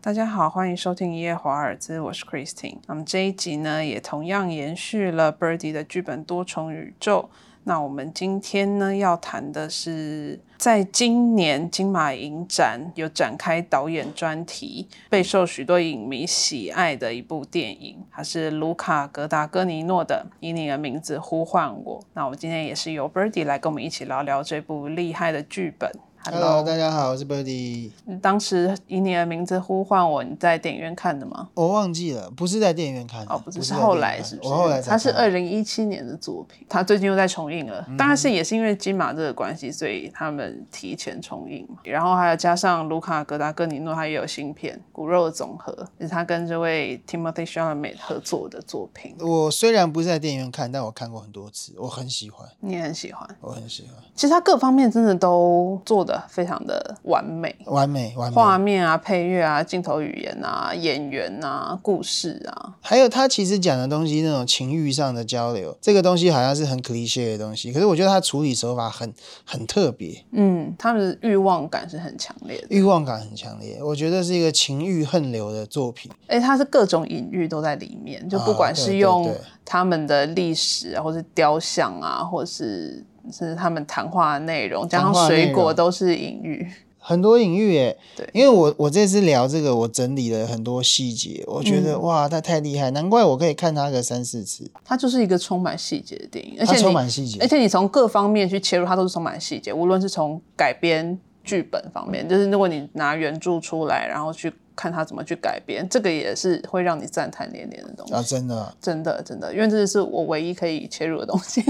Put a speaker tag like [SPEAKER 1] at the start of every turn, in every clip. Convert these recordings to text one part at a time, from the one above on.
[SPEAKER 1] 大家好，欢迎收听《一夜华尔兹》，我是 Christine。那么这一集呢，也同样延续了 Birdy 的剧本多重宇宙。那我们今天呢，要谈的是在今年金马影展有展开导演专题，备受许多影迷喜爱的一部电影，它是卢卡·格达戈尼诺的《以你的名字呼唤我》。那我们今天也是由 Birdy 来跟我们一起聊聊这部厉害的剧本。
[SPEAKER 2] Hello，大家好，我是 Birdy。
[SPEAKER 1] 当时以你的名字呼唤我，你在电影院看的吗？
[SPEAKER 2] 我忘记了，不是在电影院看的，
[SPEAKER 1] 哦，不是，
[SPEAKER 2] 是
[SPEAKER 1] 是
[SPEAKER 2] 在
[SPEAKER 1] 后
[SPEAKER 2] 电影
[SPEAKER 1] 来
[SPEAKER 2] 院
[SPEAKER 1] 是不
[SPEAKER 2] 看的我后来才
[SPEAKER 1] 它是
[SPEAKER 2] 看
[SPEAKER 1] 二零一七年的作品，它最近又在重映了。当然
[SPEAKER 2] 嗯
[SPEAKER 1] 是也是因为金马这个关系，所以他们提前重映嘛。然后还有加上卢卡·格达戈尼诺，他也有新片《骨肉总和》，是他跟这位 Timothy Chalamet 合作的作品。
[SPEAKER 2] 我虽然不是在电影院看，但我看过很多次，我很喜欢，
[SPEAKER 1] 你也很喜欢，
[SPEAKER 2] 我很喜欢，
[SPEAKER 1] 其实他各方面真的都做得非常的完美。
[SPEAKER 2] 完美完美。
[SPEAKER 1] 画面啊、配乐啊、镜头语言啊、演员啊、故事啊，
[SPEAKER 2] 还有他其实讲的东西，那种情欲上的交流，这个东西好像是很 cliche 的东西，可是我觉得他处理手法很很特别，
[SPEAKER 1] 嗯，他们的欲望感是很强烈的，
[SPEAKER 2] 欲望感很强烈，我觉得是一个情欲横流的作品。
[SPEAKER 1] 哎，它是各种隐喻都在里面，就不
[SPEAKER 2] 啊
[SPEAKER 1] 管
[SPEAKER 2] 对
[SPEAKER 1] 是
[SPEAKER 2] 对
[SPEAKER 1] 用
[SPEAKER 2] 对
[SPEAKER 1] 他们的历史啊，或是雕像啊，或是是他们谈话的内容，加
[SPEAKER 2] 谈
[SPEAKER 1] 上
[SPEAKER 2] 话内
[SPEAKER 1] 水果
[SPEAKER 2] 容
[SPEAKER 1] 都是隐喻，
[SPEAKER 2] 很多隐喻耶，
[SPEAKER 1] 对
[SPEAKER 2] 因为我我这次聊这个，我整理了很多细节，
[SPEAKER 1] 嗯
[SPEAKER 2] 我觉得、哇，他太厉害，难怪我可以看他个三四次，
[SPEAKER 1] 它就是一个充满细节的电影，而
[SPEAKER 2] 他
[SPEAKER 1] 且
[SPEAKER 2] 充
[SPEAKER 1] 你
[SPEAKER 2] 满细节
[SPEAKER 1] 而。且你从各方面去切入，它都是充满细节，无论是从改编剧本方
[SPEAKER 2] 嗯
[SPEAKER 1] 面，就是如果你拿原著出来，然后去看它怎么去改编，这个也是会让你赞叹连连的东西。
[SPEAKER 2] 啊， 真的啊
[SPEAKER 1] 真的，真的，因为这是我唯一可以切入的东西。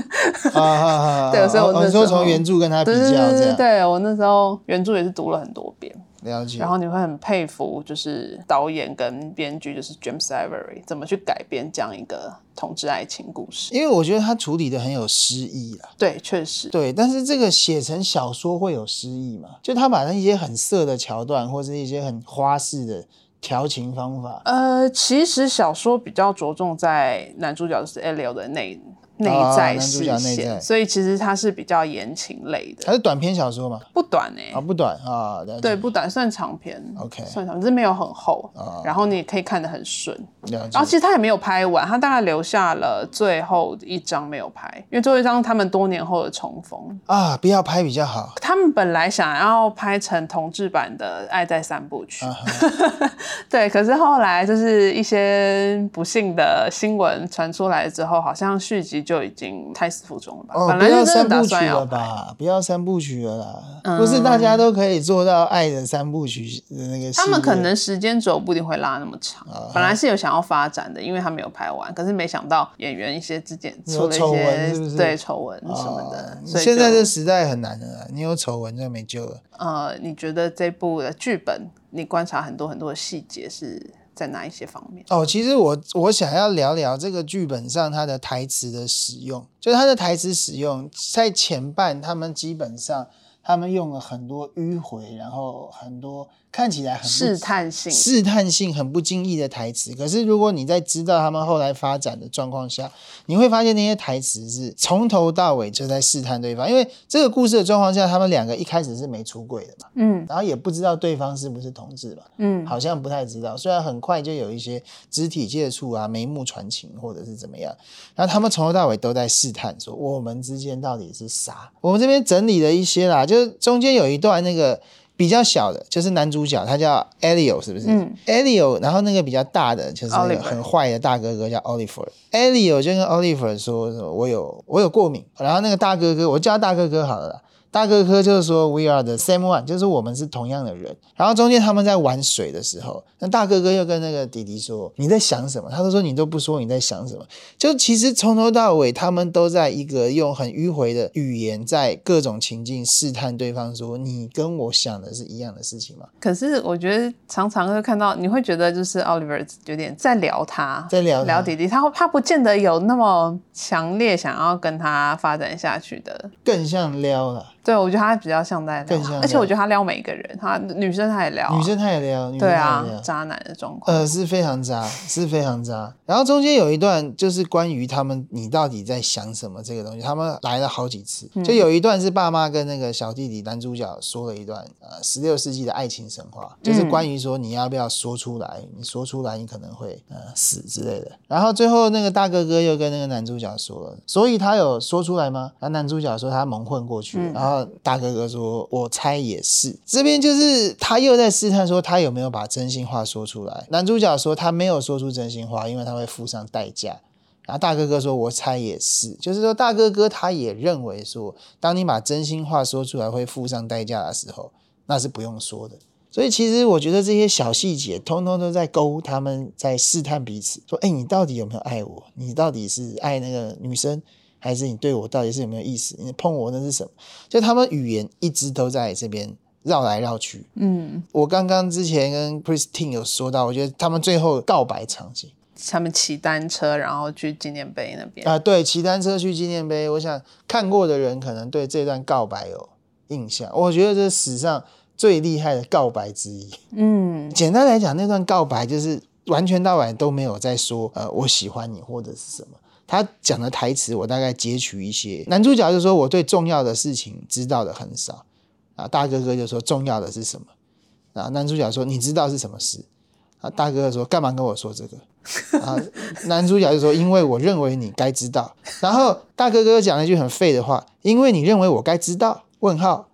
[SPEAKER 2] 啊啊啊！
[SPEAKER 1] 对所以我那
[SPEAKER 2] 你说
[SPEAKER 1] 时候
[SPEAKER 2] 从原著跟 他比
[SPEAKER 1] 对
[SPEAKER 2] 较
[SPEAKER 1] 对对
[SPEAKER 2] 这
[SPEAKER 1] 对
[SPEAKER 2] 样，
[SPEAKER 1] 对，我那时候原著也是读了很多遍，
[SPEAKER 2] 了解
[SPEAKER 1] 然。后你会很佩服，就是导演跟编剧就是 James Ivory 怎么去改编这样一个同志爱情故事。
[SPEAKER 2] 因为我觉得他处理的很有诗意啦，
[SPEAKER 1] 对，确实，
[SPEAKER 2] 对，但是这个写成小说会有诗意嘛？就他把那一些很色的桥段，或是一些很花式的调情方法，
[SPEAKER 1] 呃，其实小说比较着重在男主角就是 Elio 的内内
[SPEAKER 2] 啊
[SPEAKER 1] 在
[SPEAKER 2] 男主
[SPEAKER 1] 视
[SPEAKER 2] 角内
[SPEAKER 1] 线，
[SPEAKER 2] 在
[SPEAKER 1] 所以其实它是比较言情类的，
[SPEAKER 2] 它是短篇小说嘛？
[SPEAKER 1] 不短哎、
[SPEAKER 2] 啊，不短啊，了解
[SPEAKER 1] 对，不短算长篇
[SPEAKER 2] OK
[SPEAKER 1] 算长，只是没有很厚，
[SPEAKER 2] 啊，
[SPEAKER 1] 然后你也可以看得很顺。
[SPEAKER 2] 了
[SPEAKER 1] 哦然后其
[SPEAKER 2] 解，
[SPEAKER 1] 实他也没有拍完，他大概留下了最后一张没有拍，因为最后一张他们多年后的重逢。
[SPEAKER 2] 啊，不要拍比较好。
[SPEAKER 1] 他们本来想要拍成同志版的《爱在三部曲》
[SPEAKER 2] 啊哈
[SPEAKER 1] 对，可是后来就是一些不幸的新闻传出来之后，好像续集就已经胎死腹中了吧？
[SPEAKER 2] 哦，
[SPEAKER 1] 本
[SPEAKER 2] 不
[SPEAKER 1] 来
[SPEAKER 2] 要
[SPEAKER 1] 就真
[SPEAKER 2] 三
[SPEAKER 1] 的打
[SPEAKER 2] 部曲
[SPEAKER 1] 算要
[SPEAKER 2] 了
[SPEAKER 1] 拍，
[SPEAKER 2] 吧？哦不要三部曲了啦，
[SPEAKER 1] 嗯
[SPEAKER 2] 不是大家都可以做到爱的三部曲的那个系列。
[SPEAKER 1] 他们可能时间轴不一定会拉那么长，
[SPEAKER 2] 啊
[SPEAKER 1] 本来是有想要发展的，因为他没有拍完，可是没想到演员一些之间
[SPEAKER 2] 你
[SPEAKER 1] 出
[SPEAKER 2] 说
[SPEAKER 1] 了一
[SPEAKER 2] 丑闻
[SPEAKER 1] 些
[SPEAKER 2] 是不是
[SPEAKER 1] 对丑闻什么的，
[SPEAKER 2] 啊
[SPEAKER 1] 所以
[SPEAKER 2] 现在
[SPEAKER 1] 就
[SPEAKER 2] 这时代很难了啦，你有丑闻就没救了。
[SPEAKER 1] 呃，你觉得这部的剧本，你观察很多很多的细节是在哪一些方面？
[SPEAKER 2] 哦，其实我我想要聊聊这个剧本上它的台词的使用，就是它的台词使用在前半，他们基本上他们用了很多迂回，然后很多看起来很不
[SPEAKER 1] 试探性，
[SPEAKER 2] 试探性、很不经意的台词。可是如果你在知道他们后来发展的状况下，你会发现那些台词是从头到尾就在试探对方，因为这个故事的状况下，他们两个一开始是没出柜的嘛，
[SPEAKER 1] 嗯
[SPEAKER 2] 然后也不知道对方是不是同志嘛，
[SPEAKER 1] 嗯，
[SPEAKER 2] 好像不太知道。虽然很快就有一些肢体接触啊、眉目传情或者是怎么样，然后他们从头到尾都在试探说我们之间到底是啥。我们这边整理了一些啦，就是中间有一段那个。比较小的，就是男主角，他叫 Elio，是不是？
[SPEAKER 1] 嗯
[SPEAKER 2] Elio，然后那个比较大的，就是那个
[SPEAKER 1] Oliver
[SPEAKER 2] 很坏的大哥哥叫 Oliver。Elio 就跟 Oliver 说什么我有我有过敏，然后那个大哥哥，我叫他大哥哥好了啦。大哥哥就是说 we are the same one，就是我们是同样的人。然后中间他们在玩水的时候，那大哥哥又跟那个弟弟说你在想什么？他都说你都不说你在想什么。就其实从头到尾，他们都在一个用很迂回的语言，在各种情境试探对方说你跟我想的是一样的事情吗？
[SPEAKER 1] 可是我觉得常常会看到，你会觉得就是 Oliver 有点在聊他，
[SPEAKER 2] 在聊他
[SPEAKER 1] 聊弟弟，他会他不见得有那么强烈想要跟他发展下去的，
[SPEAKER 2] 更像撩了。
[SPEAKER 1] 对，我觉得他比较像在撩
[SPEAKER 2] 更像在，
[SPEAKER 1] 而且我觉得他撩每一个人，他女生他也撩啊、
[SPEAKER 2] 女生她也聊，女生
[SPEAKER 1] 对
[SPEAKER 2] 她
[SPEAKER 1] 啊
[SPEAKER 2] 也，聊，
[SPEAKER 1] 渣男的状况，
[SPEAKER 2] 呃，是非常渣，是非常渣。然后中间有一段就是关于他们，你到底在想什么这个东西，他们来了好几次。
[SPEAKER 1] 嗯
[SPEAKER 2] 就有一段是爸妈跟那个小弟弟男主角说了一段，呃，十六世纪的爱情神话，就是
[SPEAKER 1] 嗯
[SPEAKER 2] 关于说你要不要说出来，你说出来你可能会呃死之类的。然后最后那个大哥哥又跟那个男主角说了，所以他有说出来吗？然后男主角说他蒙混过去，然后大哥哥说我猜也是。这边就是他又在试探说他有没有把真心话说出来。男主角说他没有说出真心话，因为他会付上代价。然后大哥哥说：“我猜也是，就是说大哥哥他也认为说，当你把真心话说出来会付上代价的时候，那是不用说的。所以其实我觉得这些小细节，通通都在勾他们在试探彼此，说：哎，你到底有没有爱我？你到底是爱那个女生，还是你对我到底是有没有意思？你碰我那是什么？就他们语言一直都在这边绕来绕去。
[SPEAKER 1] 嗯，
[SPEAKER 2] 我刚刚之前跟 Christine 有说到，我觉得他们最后告白场景。”
[SPEAKER 1] 他们骑单车然后去纪念碑那边，
[SPEAKER 2] 啊、对，骑单车去纪念碑，我想看过的人可能对这段告白有印象。我觉得这是史上最厉害的告白之一。
[SPEAKER 1] 嗯
[SPEAKER 2] 简单来讲，那段告白就是完全到晚都没有在说呃我喜欢你或者是什么。他讲的台词我大概截取一些，男主角就说我对重要的事情知道的很少，啊，大哥哥就说重要的是什么，啊，男主角说你知道是什么事，啊，大哥哥说干嘛跟我说这个，啊，男主角就说因为我认为你该知道，然后大哥哥讲了一句很废的话，因为你认为我该知道，问号，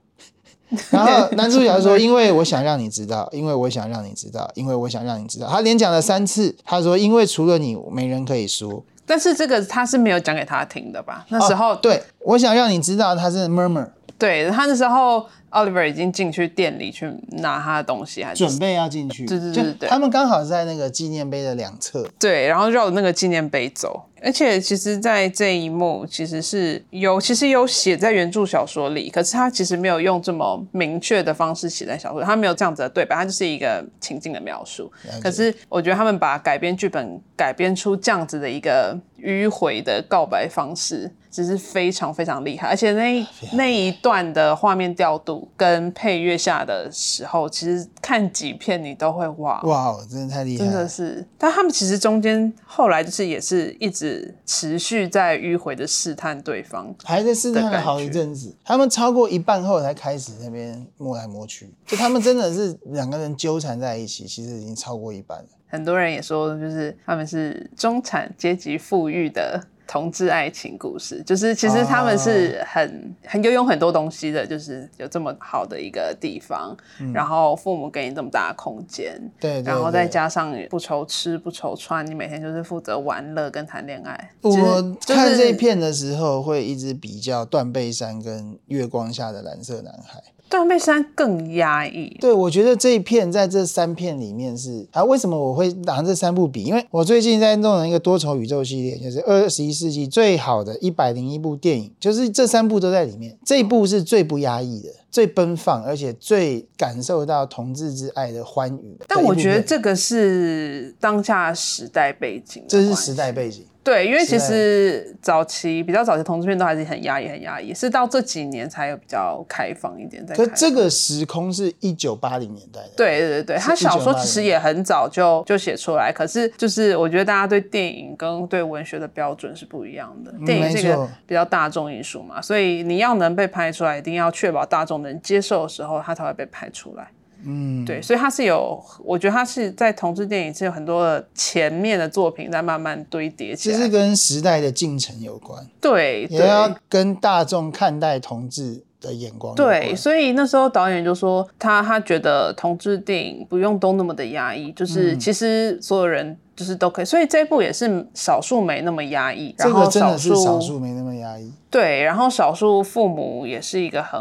[SPEAKER 2] 然后男主角说：“因为我想让你知道，因为我想让你知道，因为我想让你知道。”他连讲了三次。他说：“因为除了你，没人可以说。
[SPEAKER 1] 但是这个他是没有讲给他听的吧？那时候、
[SPEAKER 2] 哦对我想让你知道，他是 murmur，
[SPEAKER 1] 对他那时候 Oliver 已经进去店里去拿他的东西，还是
[SPEAKER 2] 准备要进去。
[SPEAKER 1] 对对对对
[SPEAKER 2] 就他们刚好是在那个纪念碑的两侧。
[SPEAKER 1] 对，然后绕着那个纪念碑走。而且其实，在这一幕其实是有，其实有写在原著小说里，可是他其实没有用这么明确的方式写在小说里，他没有这样子的对白，他就是一个情境的描述。可是我觉得他们把改编剧本改编出这样子的一个迂回的告白方式，只是非常非常厉害。而且那一那一段的画面调度跟配乐下的时候，其实看几片你都会哇
[SPEAKER 2] 哇哦，真的太厉害
[SPEAKER 1] 真的
[SPEAKER 2] 了！
[SPEAKER 1] 是，但他们其实中间后来就是也是一直持续在迂回的试探对方，
[SPEAKER 2] 还在试探
[SPEAKER 1] 的
[SPEAKER 2] 了
[SPEAKER 1] 感觉
[SPEAKER 2] 好一阵子，他们超过一半后才开始那边摸来摸去，就他们真的是两个人纠缠在一起，其实已经超过一半了。
[SPEAKER 1] 很多人也说就是他们是中产阶级富裕的同志爱情故事，就是其实他们
[SPEAKER 2] 哦
[SPEAKER 1] 是很、很拥有很多东西的，就是有这么好的一个地方，然后父母给你这么大的空间，
[SPEAKER 2] 嗯对对对
[SPEAKER 1] 然后再加上不愁吃不愁穿，你每天就是负责玩乐跟谈恋爱。其实
[SPEAKER 2] 我
[SPEAKER 1] 就是
[SPEAKER 2] 看这片的时候，会一直比较断背山跟月光下的蓝色男孩。
[SPEAKER 1] 断背山更压抑，
[SPEAKER 2] 对，我觉得这一片在这三片里面是啊，为什么我会拿这三部比？因为我最近在弄了一个多重宇宙系列，就是二十一世纪最好的一百零一部电影，就是这三部都在里面。这一部是最不压抑的、最奔放，而且最感受到同志之爱的欢愉。
[SPEAKER 1] 但我觉得
[SPEAKER 2] 这
[SPEAKER 1] 这个是当下时代背景的
[SPEAKER 2] 这是
[SPEAKER 1] 关
[SPEAKER 2] 时
[SPEAKER 1] 系
[SPEAKER 2] 代背景。
[SPEAKER 1] 对，因为
[SPEAKER 2] 时代
[SPEAKER 1] 其实早期比较早期同志片都还是很压抑，很压抑，是到这几年才有比较开放一点在。
[SPEAKER 2] 可这个时空是一九八零年代的，
[SPEAKER 1] 对对对，他小说
[SPEAKER 2] 1980
[SPEAKER 1] 其实也很早就就写出来，可是就是我觉得大家对电影跟对文学的标准是不一样的。电影是一
[SPEAKER 2] 嗯没
[SPEAKER 1] 个
[SPEAKER 2] 错
[SPEAKER 1] 比较大众艺术嘛，所以你要能被拍出来，一定要确保大众能接受的时候，它才会被拍出来。嗯，对，所以它是有，我觉得它是在同志电影是有很多的前面的作品在慢慢堆叠起
[SPEAKER 2] 这是
[SPEAKER 1] 来。
[SPEAKER 2] 跟时代的进程有关。
[SPEAKER 1] 对
[SPEAKER 2] 也要
[SPEAKER 1] 对
[SPEAKER 2] 跟大众看待同志的眼光有关。
[SPEAKER 1] 对，所以那时候导演就说他他觉得同志电影不用都那么的压抑，
[SPEAKER 2] 嗯
[SPEAKER 1] 就是其实所有人就是都可以，所以这部也是少数没那么压抑，然
[SPEAKER 2] 这个
[SPEAKER 1] 后
[SPEAKER 2] 真的是少
[SPEAKER 1] 数
[SPEAKER 2] 数没那么压抑。
[SPEAKER 1] 对，然后少数父母也是一个很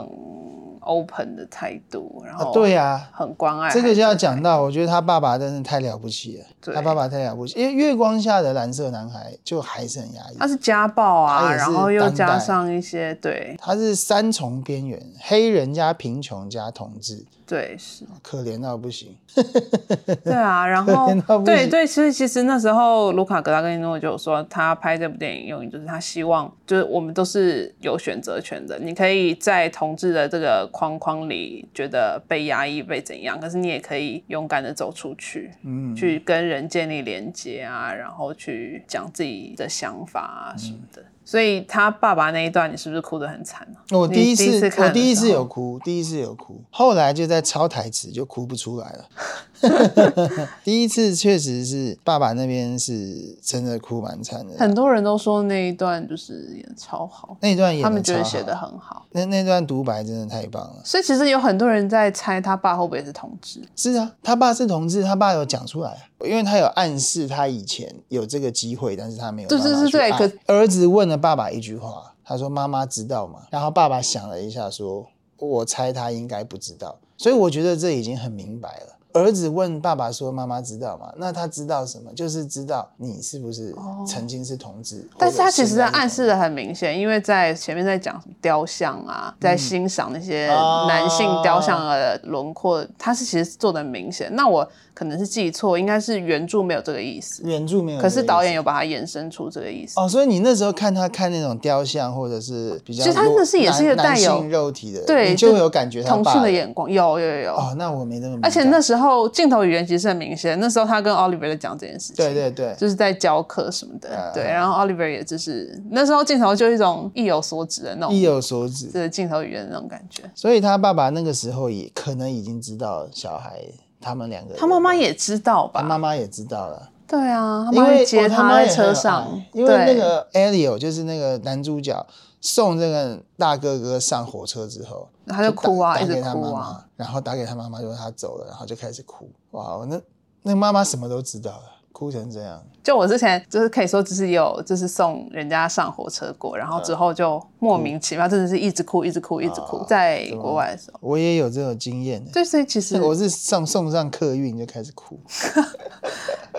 [SPEAKER 1] open 的态度，然后、
[SPEAKER 2] 啊对呀、
[SPEAKER 1] 很关爱
[SPEAKER 2] 这个就
[SPEAKER 1] 孩
[SPEAKER 2] 要
[SPEAKER 1] 子
[SPEAKER 2] 讲到，我觉得他爸爸真的太了不起了，
[SPEAKER 1] 对
[SPEAKER 2] 他爸爸太了不起，因为月光下的蓝色男孩就还是很压抑
[SPEAKER 1] 他。是家暴
[SPEAKER 2] 他
[SPEAKER 1] 啊，
[SPEAKER 2] 也是
[SPEAKER 1] 然后又
[SPEAKER 2] 当代
[SPEAKER 1] 加上一些对
[SPEAKER 2] 他是三重边缘，黑人加贫穷加同志，
[SPEAKER 1] 对，是，
[SPEAKER 2] 可怜到不行。
[SPEAKER 1] 对啊，然后
[SPEAKER 2] 怜到不
[SPEAKER 1] 对
[SPEAKER 2] 行
[SPEAKER 1] 对，其实其实那时候卢卡格拉格尼诺就有说，他拍这部电影用意就是他希望，就是我们都是有选择权的，你可以在同志的这个框框里觉得被压抑、被怎样，可是你也可以勇敢的走出去，
[SPEAKER 2] 嗯，
[SPEAKER 1] 去跟人建立连接啊，然后去讲自己的想
[SPEAKER 2] 嗯
[SPEAKER 1] 法啊什么的。所以他爸爸那一段，你是不是哭得很惨、啊、
[SPEAKER 2] 我
[SPEAKER 1] 你
[SPEAKER 2] 第一
[SPEAKER 1] 第一
[SPEAKER 2] 次
[SPEAKER 1] 次看
[SPEAKER 2] 我
[SPEAKER 1] 的
[SPEAKER 2] 第一
[SPEAKER 1] 时
[SPEAKER 2] 次
[SPEAKER 1] 候
[SPEAKER 2] 有哭，第一次有哭，后来就在抄台词就哭不出来了。 第一次确实是爸爸那边是真的哭蛮惨的，
[SPEAKER 1] 很多人都说那一段就是演得超好，
[SPEAKER 2] 那一段演
[SPEAKER 1] 他
[SPEAKER 2] 得
[SPEAKER 1] 们觉得
[SPEAKER 2] 超
[SPEAKER 1] 写
[SPEAKER 2] 好
[SPEAKER 1] 的很好。
[SPEAKER 2] 那那段独白真的太棒了。
[SPEAKER 1] 所以其实有很多人在猜他爸会不会是同志，
[SPEAKER 2] 是啊，他爸是同志，他爸有讲出来，啊因为他有暗示他以前有这个机会，但是他没有
[SPEAKER 1] 对
[SPEAKER 2] 办
[SPEAKER 1] 对
[SPEAKER 2] 法去爱。
[SPEAKER 1] 对对可
[SPEAKER 2] 儿子问了爸爸一句话，他说：“妈妈知道吗？”然后爸爸想了一下，说：“我猜他应该不知道。”所以我觉得这已经很明白了。儿子问爸爸说：“妈妈知道吗？”那他知道什么？就是知道你是不是曾经是同志。
[SPEAKER 1] 哦但是他其实
[SPEAKER 2] 在
[SPEAKER 1] 暗示的很明显，因为在前面在讲什么雕像
[SPEAKER 2] 嗯
[SPEAKER 1] 啊，在欣赏那些
[SPEAKER 2] 哦
[SPEAKER 1] 男性雕像的轮廓，他是其实做的很明显。那我可能是记错，应该是原著没有这个意思，
[SPEAKER 2] 原嗯著没有这个
[SPEAKER 1] 可
[SPEAKER 2] 意思，
[SPEAKER 1] 是导演有把它衍生出这个意思。
[SPEAKER 2] 哦，所以你那时候看他看那种雕像，或者是比较
[SPEAKER 1] 其实他
[SPEAKER 2] 弱
[SPEAKER 1] 那是也是一个
[SPEAKER 2] 男
[SPEAKER 1] 带有
[SPEAKER 2] 男性肉体的，
[SPEAKER 1] 对
[SPEAKER 2] 你就
[SPEAKER 1] 就
[SPEAKER 2] 会有感觉他
[SPEAKER 1] 同
[SPEAKER 2] 爸
[SPEAKER 1] 事
[SPEAKER 2] 了
[SPEAKER 1] 的眼光有有有有，
[SPEAKER 2] 哦，那我没那么敏感，
[SPEAKER 1] 而且那时候镜头语言其实很明显，那时候他跟 Oliver 在讲这件事情。
[SPEAKER 2] 对对对，
[SPEAKER 1] 就是在教课什么的，
[SPEAKER 2] 嗯
[SPEAKER 1] 对，然后 Oliver 也就是那时候镜头就一种意有所指的那
[SPEAKER 2] 意
[SPEAKER 1] 种，
[SPEAKER 2] 有所指，
[SPEAKER 1] 就是镜头语言的那种感觉。
[SPEAKER 2] 所以他爸爸那个时候也可能已经知道小孩他们两个人，
[SPEAKER 1] 他妈妈也知道
[SPEAKER 2] 他
[SPEAKER 1] 吧？
[SPEAKER 2] 妈妈也知道了，
[SPEAKER 1] 对啊，他
[SPEAKER 2] 因
[SPEAKER 1] 妈
[SPEAKER 2] 为
[SPEAKER 1] 妈
[SPEAKER 2] 我
[SPEAKER 1] 接
[SPEAKER 2] 他
[SPEAKER 1] 在
[SPEAKER 2] 也很有
[SPEAKER 1] 车
[SPEAKER 2] 爱
[SPEAKER 1] 上，
[SPEAKER 2] 因为那
[SPEAKER 1] 对
[SPEAKER 2] 个 Elio 就是那个男主角送这个大哥哥上火车之后，
[SPEAKER 1] 他就哭啊，
[SPEAKER 2] 打
[SPEAKER 1] 一
[SPEAKER 2] 打
[SPEAKER 1] 直
[SPEAKER 2] 给他妈
[SPEAKER 1] 哭啊。
[SPEAKER 2] 妈，然后打给他妈妈，就说他走了，然后就开始哭。哇，我那那妈妈什么都知道了，哭成这样，
[SPEAKER 1] 就我之前就是可以说，就是有就是送人家上火车过，然后之
[SPEAKER 2] 嗯
[SPEAKER 1] 后就莫名其妙，真的是一直哭，一直哭，一直哭
[SPEAKER 2] 啊。
[SPEAKER 1] 在
[SPEAKER 2] 怎么
[SPEAKER 1] 国外的时候，
[SPEAKER 2] 我也有这种经验的。
[SPEAKER 1] 对，所以其实
[SPEAKER 2] 啊我是上送上客运就开始哭，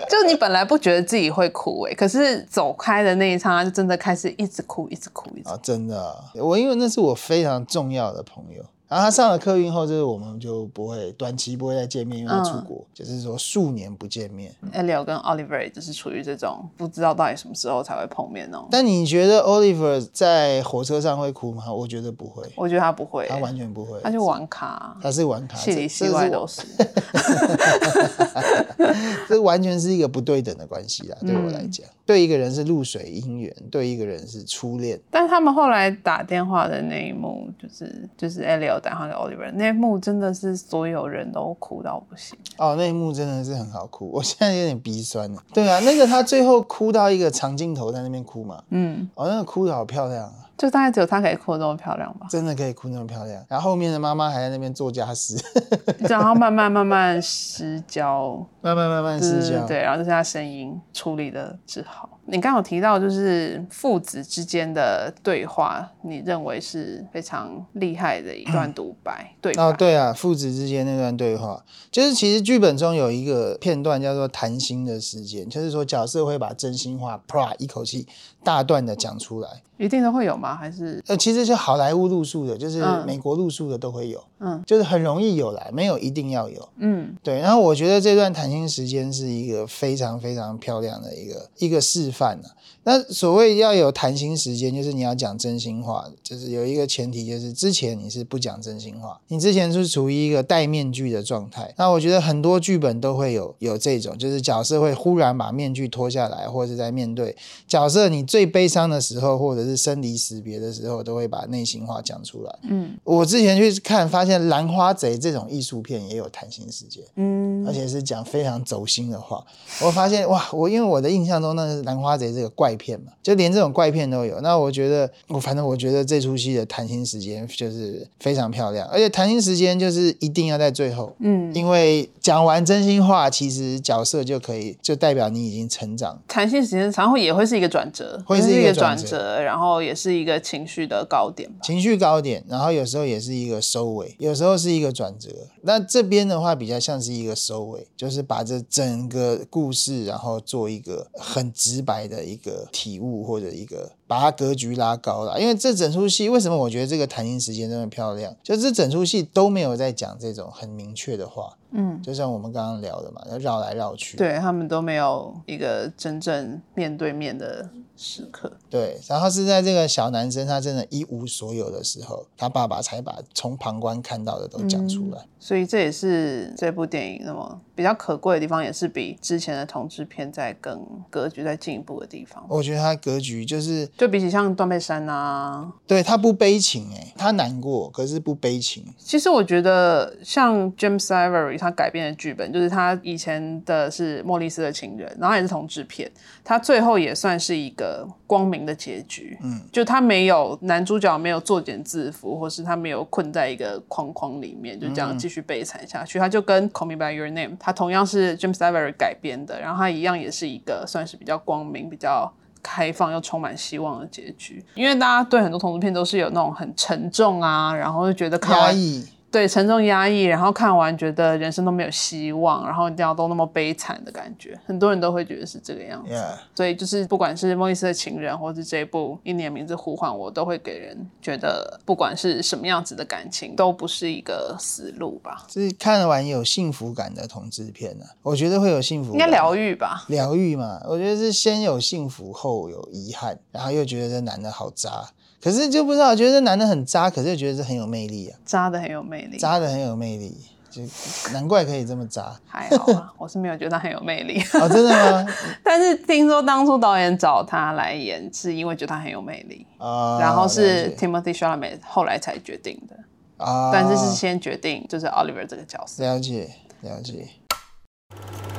[SPEAKER 1] 就你本来不觉得自己会哭诶、可是走开的那一刹那，就真的开始一直哭，一直哭，一直哭。
[SPEAKER 2] 啊，真的啊、我因为那是我非常重要的朋友。然后他上了客运后，就是我们就不会短期不会再见面，因为他出
[SPEAKER 1] 嗯
[SPEAKER 2] 国，就是说数年不见面。
[SPEAKER 1] Elio 跟 Oliver 也就是处于这种不知道到底什么时候才会碰面那种。
[SPEAKER 2] 但你觉得 Oliver 在火车上会哭吗？我觉得不会，
[SPEAKER 1] 我觉得他不会、
[SPEAKER 2] 他完全不会，
[SPEAKER 1] 他就玩咖，
[SPEAKER 2] 他是玩卡，
[SPEAKER 1] 啊戏里
[SPEAKER 2] 这
[SPEAKER 1] 戏
[SPEAKER 2] 这
[SPEAKER 1] 外
[SPEAKER 2] 是我
[SPEAKER 1] 都啊是。
[SPEAKER 2] 这完全是一个不对等的关系啦，对我来讲，对一个人是露水姻缘，对一个人是初恋，
[SPEAKER 1] 但他们后来打电话的那一幕，就是就是 Elio 打电话给 Oliver 那一幕，真的是所有人都哭到不行。
[SPEAKER 2] 哦，那一幕真的是很好哭，我现在有点鼻酸了。对啊，那个他最后哭到一个长镜头在那边哭嘛，
[SPEAKER 1] 嗯，
[SPEAKER 2] 哦，那个哭的好漂亮啊，。
[SPEAKER 1] 就大概只有她可以哭得这么漂亮吧
[SPEAKER 2] 真的可以哭那么漂亮。然后后面的妈妈还在那边做家事，
[SPEAKER 1] 然后慢慢慢慢失焦，
[SPEAKER 2] 慢慢慢慢
[SPEAKER 1] 对
[SPEAKER 2] 失
[SPEAKER 1] 对
[SPEAKER 2] 焦。
[SPEAKER 1] 嗯对，然后就是她声音处理的之好。你刚刚有提到就是父子之间的对话，你认为是非常厉害的一段独白，对吧？
[SPEAKER 2] 哦，对啊，父子之间那段对话，就是其实剧本中有一个片段叫做“谈心的时间”，就是说角色会把真心话啪一口气大段的讲出来。
[SPEAKER 1] 一定都会有吗？还是
[SPEAKER 2] 呃，其实就好莱坞路数的，就是
[SPEAKER 1] 嗯
[SPEAKER 2] 美国路数的都会有，
[SPEAKER 1] 嗯，
[SPEAKER 2] 就是很容易有来，没有一定要有。
[SPEAKER 1] 嗯
[SPEAKER 2] 对，然后我觉得这段谈心时间是一个非常非常漂亮的一个一个示范呢、那所谓要有谈心时间，就是你要讲真心话，就是有一个前提，就是之前你是不讲真心话，你之前是处于一个戴面具的状态。那我觉得很多剧本都会有有这种，就是角色会忽然把面具脱下来，或者是在面对角色你最悲伤的时候，或者是生离死别的时候，都会把内心话讲出来。
[SPEAKER 1] 嗯
[SPEAKER 2] 我之前去看，发现《兰花贼》这种艺术片也有谈心时间。而
[SPEAKER 1] 嗯，
[SPEAKER 2] 且是讲非常走心的话。我发现哇，我因为我的印象中那是《兰花贼》这个怪片嘛，就连这种怪片都有。那我觉得，我反正我觉得这出戏的谈心时间就是非常漂亮，而且谈心时间就是一定要在最后。
[SPEAKER 1] 嗯
[SPEAKER 2] 因为讲完真心话，其实角色就可以，就代表你已经成长。
[SPEAKER 1] 弹性时间长会也会是一个转折，
[SPEAKER 2] 会是
[SPEAKER 1] 是
[SPEAKER 2] 一个
[SPEAKER 1] 一个
[SPEAKER 2] 转
[SPEAKER 1] 转
[SPEAKER 2] 折
[SPEAKER 1] 折，然后也是一一个情绪的高点吧。
[SPEAKER 2] 情绪高点，然后有时候也是一个收尾，有时候是一个转折。那这边的话比较像是一个收尾，就是把这整个故事，然后做一个很直白的一个体悟或者一个把它格局拉高了。因为这整出戏为什么我觉得这个谈音时间这么漂亮，就这整出戏都没有在讲这种很明确的话，
[SPEAKER 1] 嗯，
[SPEAKER 2] 就像我们刚刚聊的嘛，要绕来绕去。
[SPEAKER 1] 对他们都没有一个真正面对面的时刻。
[SPEAKER 2] 对，然后是在这个小男生他真的一无所有的时候，他爸爸才把从旁观看到的都讲出来。
[SPEAKER 1] 所以这也是这部电影那么比较可贵的地方，也是比之前的同志片在更格局在进一步的地方。
[SPEAKER 2] 我觉得他格局就是
[SPEAKER 1] 就比起像《断背山》啊，
[SPEAKER 2] 对他不悲情哎、他难过可是不悲情。
[SPEAKER 1] 其实我觉得像 James Ivory 他改编的剧本，就是他以前的是《莫里斯的情人》，然后也是同志片，他最后也算是一个光明的结局。
[SPEAKER 2] 嗯，
[SPEAKER 1] 就他没有男主角没有作茧自缚，或是他没有困在一个框框里面，就这
[SPEAKER 2] 嗯
[SPEAKER 1] 样继续悲惨下去。他就跟《Call Me by Your Name》，他同样是 James Ivory 改编的，然后他一样也是一个算是比较光明、比较开放又充满希望的结局。因为大家对很多同志片都是有那种很沉重啊，然后就觉得看
[SPEAKER 2] 压
[SPEAKER 1] 完
[SPEAKER 2] 抑，
[SPEAKER 1] 对沉重压抑，然后看完觉得人生都没有希望，然后一定要都那么悲惨的感觉，很多人都会觉得是这个样子。
[SPEAKER 2] yeah，
[SPEAKER 1] 所以就是不管是《莫里斯的情人》或是这一部《以你的名字呼唤我》，都会给人觉得，不管是什么样子的感情，都不是一个死路吧，
[SPEAKER 2] 是看完有幸福感的同志片啊，我觉得会有幸福
[SPEAKER 1] 应
[SPEAKER 2] 感，啊
[SPEAKER 1] 该疗愈吧。
[SPEAKER 2] 疗愈嘛。我觉得是先有幸福，后有遗憾，然后又觉得这男的好渣，可是就不知道觉得这男的很渣，可是又觉得这很有魅力啊，
[SPEAKER 1] 渣的很有魅力，
[SPEAKER 2] 渣的很有魅力，就难怪可以这么渣。
[SPEAKER 1] 还好啊，我是没有觉得他很有魅力，
[SPEAKER 2] 哦，真的吗？
[SPEAKER 1] 但是听说当初导演找他来演，是因为觉得他很有魅力，
[SPEAKER 2] 啊、
[SPEAKER 1] 然后
[SPEAKER 2] 了
[SPEAKER 1] 是
[SPEAKER 2] 解
[SPEAKER 1] Timothy Chalamet 后来才决定的。
[SPEAKER 2] 啊，
[SPEAKER 1] 但是是先决定就是 Oliver 这个角色。
[SPEAKER 2] 了解了解。